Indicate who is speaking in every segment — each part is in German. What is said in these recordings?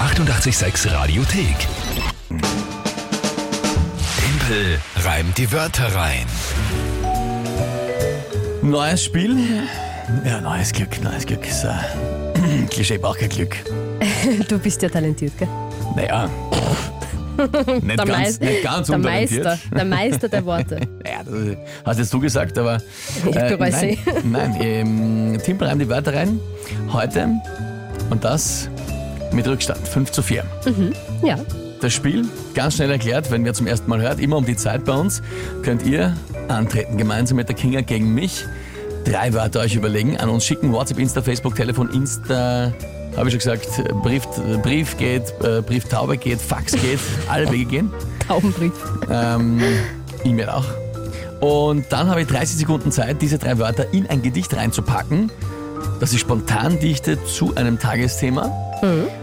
Speaker 1: 886 Radiothek. Tempel reimt die Wörter rein.
Speaker 2: Neues Spiel. Ja, neues Glück, neues Glück. äh, So. Klischee braucht kein Glück.
Speaker 3: Du bist ja talentiert, gell?
Speaker 2: Naja. nicht,
Speaker 3: Der,
Speaker 2: ganz,
Speaker 3: Meis-
Speaker 2: nicht ganz
Speaker 3: der
Speaker 2: untalentiert.
Speaker 3: Meister, der Meister der Worte.
Speaker 2: Naja, das hast jetzt du gesagt, aber. äh,
Speaker 3: Ich bereue
Speaker 2: nein, nein, ähm, Timpel reimt die Wörter rein. Heute und das mit Rückstand 5 zu 4.
Speaker 3: Ja,
Speaker 2: Das Spiel, ganz schnell erklärt, wenn wir zum ersten Mal hört, immer um die Zeit bei uns, könnt ihr antreten, gemeinsam mit der Kinga gegen mich. Drei Wörter euch überlegen, an uns schicken, WhatsApp, Insta, Facebook, Telefon, Insta, habe ich schon gesagt, äh, Brief, äh, Brief geht, äh, Brieftaube geht, Fax geht, alle Wege gehen,
Speaker 3: Taubenbrief.
Speaker 2: ähm, E-Mail auch. Und dann habe ich 30 Sekunden Zeit, diese drei Wörter in ein Gedicht reinzupacken, das ich spontan dichte zu einem Tagesthema.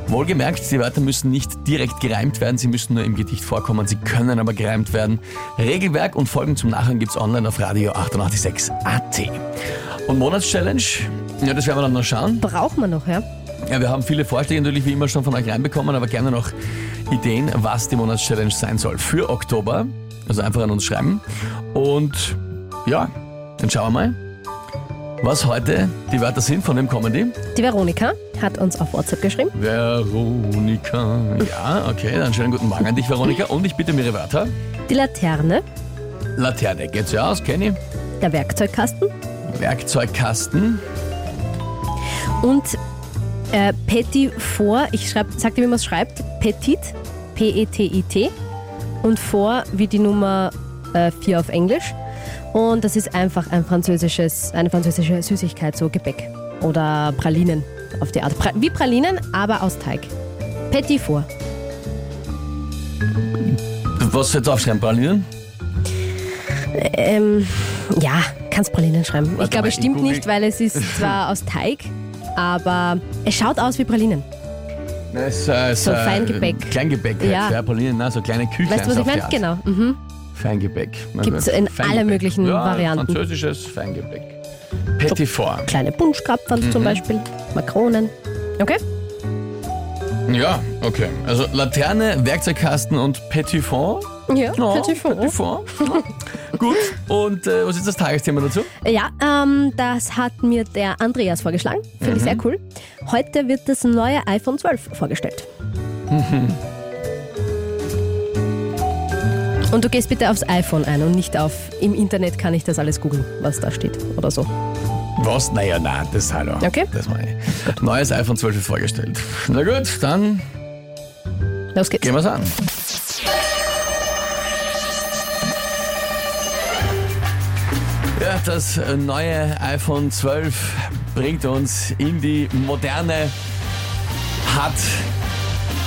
Speaker 2: Wohlgemerkt, die Wörter müssen nicht direkt gereimt werden, sie müssen nur im Gedicht vorkommen, sie können aber gereimt werden. Regelwerk und Folgen zum Nachhören gibt's online auf Radio 886 AT. Und Monatschallenge, ja, das werden wir dann noch schauen.
Speaker 3: Braucht man noch, ja?
Speaker 2: Ja, wir haben viele Vorschläge natürlich wie immer schon von euch reinbekommen, aber gerne noch Ideen, was die Monatschallenge sein soll für Oktober. Also einfach an uns schreiben. Und ja, dann schauen wir mal, was heute die Wörter sind von dem Comedy.
Speaker 3: Die Veronika hat uns auf WhatsApp geschrieben.
Speaker 2: Veronika. Ja, okay, dann schönen guten Morgen an dich, Veronika. Und ich bitte um ihre Wörter.
Speaker 3: Die Laterne,
Speaker 2: Laterne, geht's ja aus, Kenny.
Speaker 3: der Werkzeugkasten
Speaker 2: Werkzeugkasten.
Speaker 3: und äh, Petit vor, ich schreib, sag dir, wie man es schreibt, Petit, E P-E-T-I-T und vor wie die Nummer 4 auf Englisch. Und das ist einfach ein französisches, eine französische Süßigkeit, so Gebäck oder Pralinen auf die Art. Pra wie Pralinen, aber aus Teig. Petit vor.
Speaker 2: Was soll jetzt aufschreiben, Pralinen?
Speaker 3: Ähm, ja, kannst Pralinen schreiben.
Speaker 2: Warte
Speaker 3: ich glaube,
Speaker 2: mal,
Speaker 3: es stimmt
Speaker 2: ich google.
Speaker 3: nicht, weil es ist zwar aus Teig, aber es schaut aus wie Pralinen.
Speaker 2: Das, äh,
Speaker 3: So Feingebäck.
Speaker 2: Kleingebäck. halt.
Speaker 3: Ja.
Speaker 2: ja Pralinen, nein, so kleine Küchlein.
Speaker 3: Weißt du, was ich
Speaker 2: auf die
Speaker 3: meine?
Speaker 2: Art.
Speaker 3: Genau. Mhm.
Speaker 2: Feingebäck.
Speaker 3: Gibt's in alle möglichen
Speaker 2: ja,
Speaker 3: Varianten.
Speaker 2: französisches Feingebäck. Petit four.
Speaker 3: Kleine Punschkrapfen
Speaker 2: Mhm.
Speaker 3: zum Beispiel, Makronen. Okay?
Speaker 2: Ja, okay. Also Laterne, Werkzeugkasten und Petit four.
Speaker 3: Ja,
Speaker 2: Ja,
Speaker 3: Petit four.
Speaker 2: Petit four. Gut, und äh, was ist das Tagesthema dazu?
Speaker 3: Ja, ähm, das hat mir der Andreas vorgeschlagen. Finde
Speaker 2: Mhm.
Speaker 3: ich sehr cool. Heute wird das neue iPhone 12 vorgestellt. Und du gehst bitte aufs iPhone ein und nicht auf im Internet kann ich das alles googeln, was da steht oder so.
Speaker 2: Was? Naja, na, das hallo.
Speaker 3: Okay.
Speaker 2: Das meine ich. Neues iPhone 12 wird vorgestellt. Na gut, dann
Speaker 3: Los geht's.
Speaker 2: gehen wir's an. Ja, das neue iPhone 12 bringt uns in die moderne, hat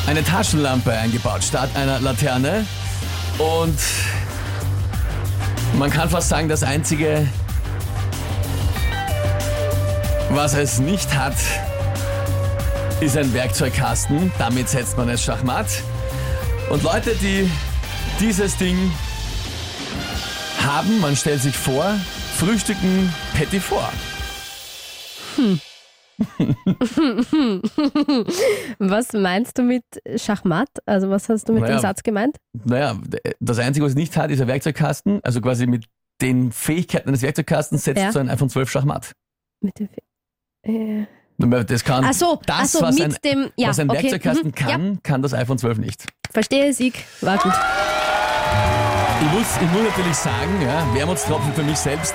Speaker 2: eine Taschenlampe eingebaut statt einer Laterne und man kann fast sagen, das einzige, was es nicht hat, ist ein Werkzeugkasten. Damit setzt man es Schachmatt. Und Leute, die dieses Ding haben, man stellt sich vor, frühstücken Petit vor.
Speaker 3: Hm. Was meinst du mit Schachmatt? Also was hast du mit
Speaker 2: Naja.
Speaker 3: dem Satz gemeint?
Speaker 2: Naja, das Einzige, was es nicht hat, ist ein Werkzeugkasten. Also quasi mit den Fähigkeiten eines Werkzeugkastens setzt
Speaker 3: Ja.
Speaker 2: so ein iPhone 12 Schachmatt.
Speaker 3: Mit dem Fe- äh.
Speaker 2: Das kann,
Speaker 3: Ach so,
Speaker 2: das,
Speaker 3: ach so
Speaker 2: was
Speaker 3: mit
Speaker 2: ein,
Speaker 3: dem ja,
Speaker 2: was ein
Speaker 3: okay.
Speaker 2: Werkzeugkasten
Speaker 3: mhm, Ja,
Speaker 2: kann, kann das iPhone 12 nicht.
Speaker 3: verstehe Sieg. War gut.
Speaker 2: Ich muss, ich muss natürlich sagen, ja, Wermutstropfen für mich selbst.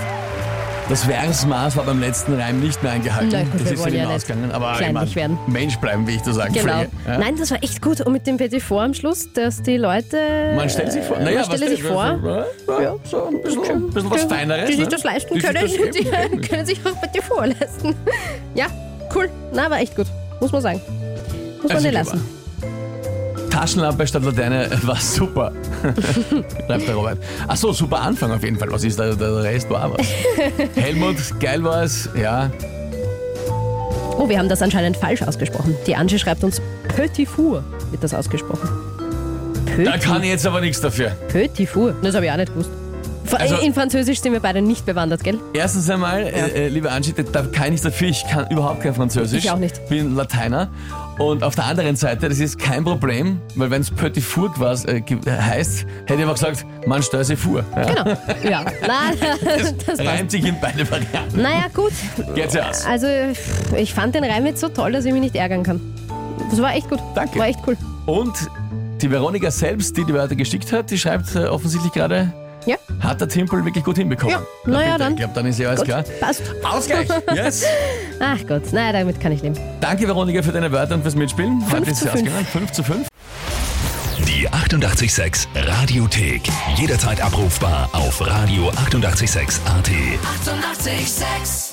Speaker 2: Das Währungsmaß war beim letzten Reim nicht mehr eingehalten.
Speaker 3: Nein, gut,
Speaker 2: das
Speaker 3: wir
Speaker 2: ist
Speaker 3: wollen
Speaker 2: ja
Speaker 3: ja
Speaker 2: nicht
Speaker 3: nicht
Speaker 2: ausgegangen. Aber ich
Speaker 3: kleinlich
Speaker 2: mein,
Speaker 3: werden.
Speaker 2: Mensch bleiben, wie ich das sagen
Speaker 3: Genau.
Speaker 2: pflege, ja.
Speaker 3: Nein, das war echt gut. Und mit dem Petit Four am Schluss, dass die Leute.
Speaker 2: Man stellt sich vor,
Speaker 3: äh,
Speaker 2: naja,
Speaker 3: man stelle
Speaker 2: was-
Speaker 3: sich vor. Genau.
Speaker 2: Ja, ja, so ein bisschen, ein bisschen was Feineres.
Speaker 3: Die sich
Speaker 2: ne?
Speaker 3: das leisten
Speaker 2: Die sich
Speaker 3: können,
Speaker 2: das eben-
Speaker 3: die
Speaker 2: eben-
Speaker 3: können sich auch Petit Four leisten. Ja, cool. Na, war echt gut. Muss man sagen. Muss man
Speaker 2: Also
Speaker 3: dir
Speaker 2: lieber.
Speaker 3: lassen.
Speaker 2: Taschenlampe statt Laterne äh, war super. Bleibt der Robert. Ach so, super Anfang auf jeden Fall. Was ist da? Der Rest war was. Helmut, geil war es. Ja,
Speaker 3: Oh, wir haben das anscheinend falsch ausgesprochen. Die Angie schreibt uns Petit Four wird das ausgesprochen.
Speaker 2: da
Speaker 3: Petit,
Speaker 2: kann ich jetzt aber nichts dafür.
Speaker 3: Petit Four. Das habe ich auch nicht gewusst. Vor-
Speaker 2: Also-
Speaker 3: in Französisch sind wir beide nicht bewandert, gell?
Speaker 2: Erstens einmal, äh, äh, liebe Angie, da- da kann ich dafür, ich kann überhaupt kein Französisch.
Speaker 3: Ich auch nicht.
Speaker 2: bin Lateiner. Und auf der anderen Seite, das ist kein Problem, weil wenn es Petit Four quasi äh, ge- heißt, hätte ich aber gesagt, man Stöse Four. Ja.
Speaker 3: Genau. Ja. Na, das, das passt.
Speaker 2: Reimt sich in beide Varianten.
Speaker 3: Naja, gut.
Speaker 2: Geht's ja aus.
Speaker 3: Also, ich fand den Reim jetzt so toll, dass ich mich nicht ärgern kann. Das war echt gut.
Speaker 2: Danke.
Speaker 3: War echt cool.
Speaker 2: Und die Veronika selbst, die die Wörter geschickt hat, die schreibt äh, offensichtlich gerade,
Speaker 3: Ja.
Speaker 2: hat der Timpel wirklich gut hinbekommen.
Speaker 3: Ja. Na ja,
Speaker 2: bitte.
Speaker 3: dann.
Speaker 2: Ich glaube, dann ist ja alles
Speaker 3: Gut.
Speaker 2: klar.
Speaker 3: Passt.
Speaker 2: Ausgleich. Yes.
Speaker 3: Ach Gott. Naja, damit kann ich leben.
Speaker 2: Danke, Veronika, für deine Wörter und fürs Mitspielen. Heute
Speaker 3: zu
Speaker 2: ist es
Speaker 3: fünf.
Speaker 2: ausgegangen. 5 zu 5.
Speaker 1: Die 886 Radiothek. Jederzeit abrufbar auf radio886.at. 886!
Speaker 4: 886